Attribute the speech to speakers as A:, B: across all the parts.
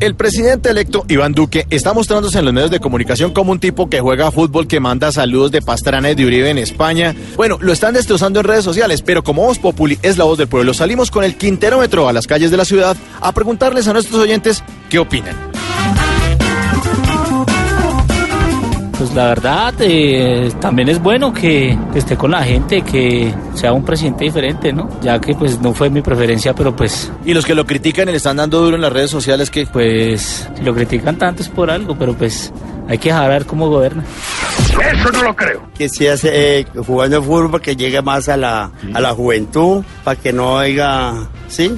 A: El presidente electo Iván Duque está mostrándose en los medios de comunicación como un tipo que juega fútbol, que manda saludos de Pastrana y de Uribe en España. Bueno, lo están destrozando en redes sociales, pero como Voz Populi es la voz del pueblo, salimos con el quinterómetro a las calles de la ciudad a preguntarles a nuestros oyentes qué opinan.
B: Pues la verdad, eh, también es bueno que, que esté con la gente, que sea un presidente diferente, ¿no? Ya que pues no fue mi preferencia, pero pues,
A: Y los que lo critican y le están dando duro en las redes sociales que
B: pues si lo critican tanto es por algo, pero pues hay que dejar ver cómo gobierna.
C: Eso no lo creo.
D: que si hace eh, jugando fútbol que llegue más a la, a la juventud, para que no oiga, ¿sí?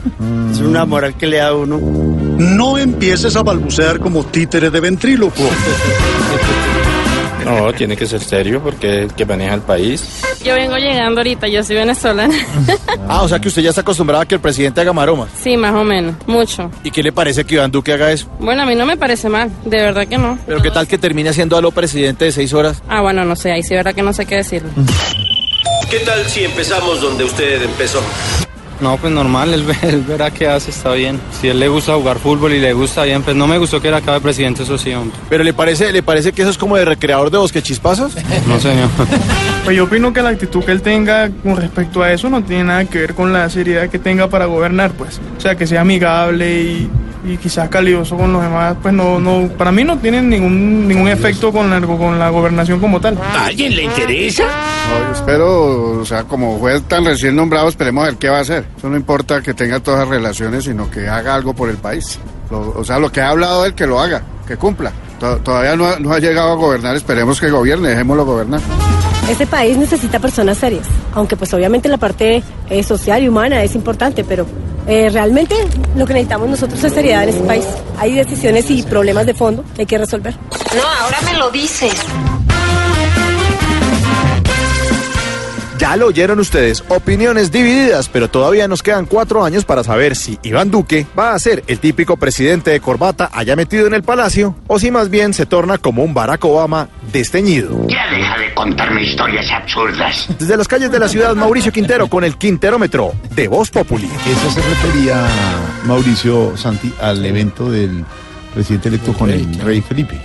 D: Es una moral que le da a uno.
E: No empieces a balbucear como títere de ventrílocuo.
F: No, tiene que ser serio porque es el que maneja el país.
G: Yo vengo llegando ahorita, yo soy venezolana.
A: Ah, o sea que usted ya está acostumbrado a que el presidente haga maromas.
G: sí, más o menos, mucho.
A: ¿Y qué le parece que Iván Duque haga eso?
G: Bueno, a mí no me parece mal, de verdad que no.
A: Pero qué tal que termine siendo a lo presidente de seis horas.
G: Ah, bueno, no sé, ahí sí, verdad que no sé qué decir.
H: ¿Qué tal si empezamos donde usted empezó?
F: No, pues normal, él, ve- él verá qué hace, está bien. Si él le gusta jugar fútbol y le gusta bien, pues no me gustó que era acá de presidente, eso sí, hombre.
A: Pero le parece, le parece que eso es como de recreador de bosque chispazos.
F: No, señor.
I: Pues yo opino que la actitud que él tenga con respecto a eso no tiene nada que ver con la seriedad que tenga para gobernar, pues. O sea, que sea amigable y, y quizás calidoso con los demás, pues no, no, para mí no tiene ningún, ningún efecto con la, con la gobernación como tal.
C: ¿A alguien le interesa?
E: espero, o sea, como juez tan recién nombrado, esperemos a ver qué va a hacer. Eso no importa que tenga todas las relaciones, sino que haga algo por el país. Lo- o sea, lo que ha hablado él, que lo haga, que cumpla. To- todavía no ha, no ha llegado a gobernar, esperemos que gobierne, dejémoslo gobernar.
J: Este país necesita personas serias, aunque pues obviamente la parte eh, social y humana es importante, pero eh, realmente lo que necesitamos nosotros es seriedad en este país. Hay decisiones y problemas de fondo que hay que resolver.
G: No, ahora me lo dices.
A: Ya lo oyeron ustedes, opiniones divididas, pero todavía nos quedan cuatro años para saber si Iván Duque va a ser el típico presidente de corbata allá metido en el palacio o si más bien se torna como un Barack Obama desteñido.
C: Ya deja de contarme historias absurdas.
A: Desde las calles de la ciudad, Mauricio Quintero con el Quinterómetro de Voz Populi.
K: Eso se refería, Mauricio Santi, al evento del presidente electo con el rey Felipe.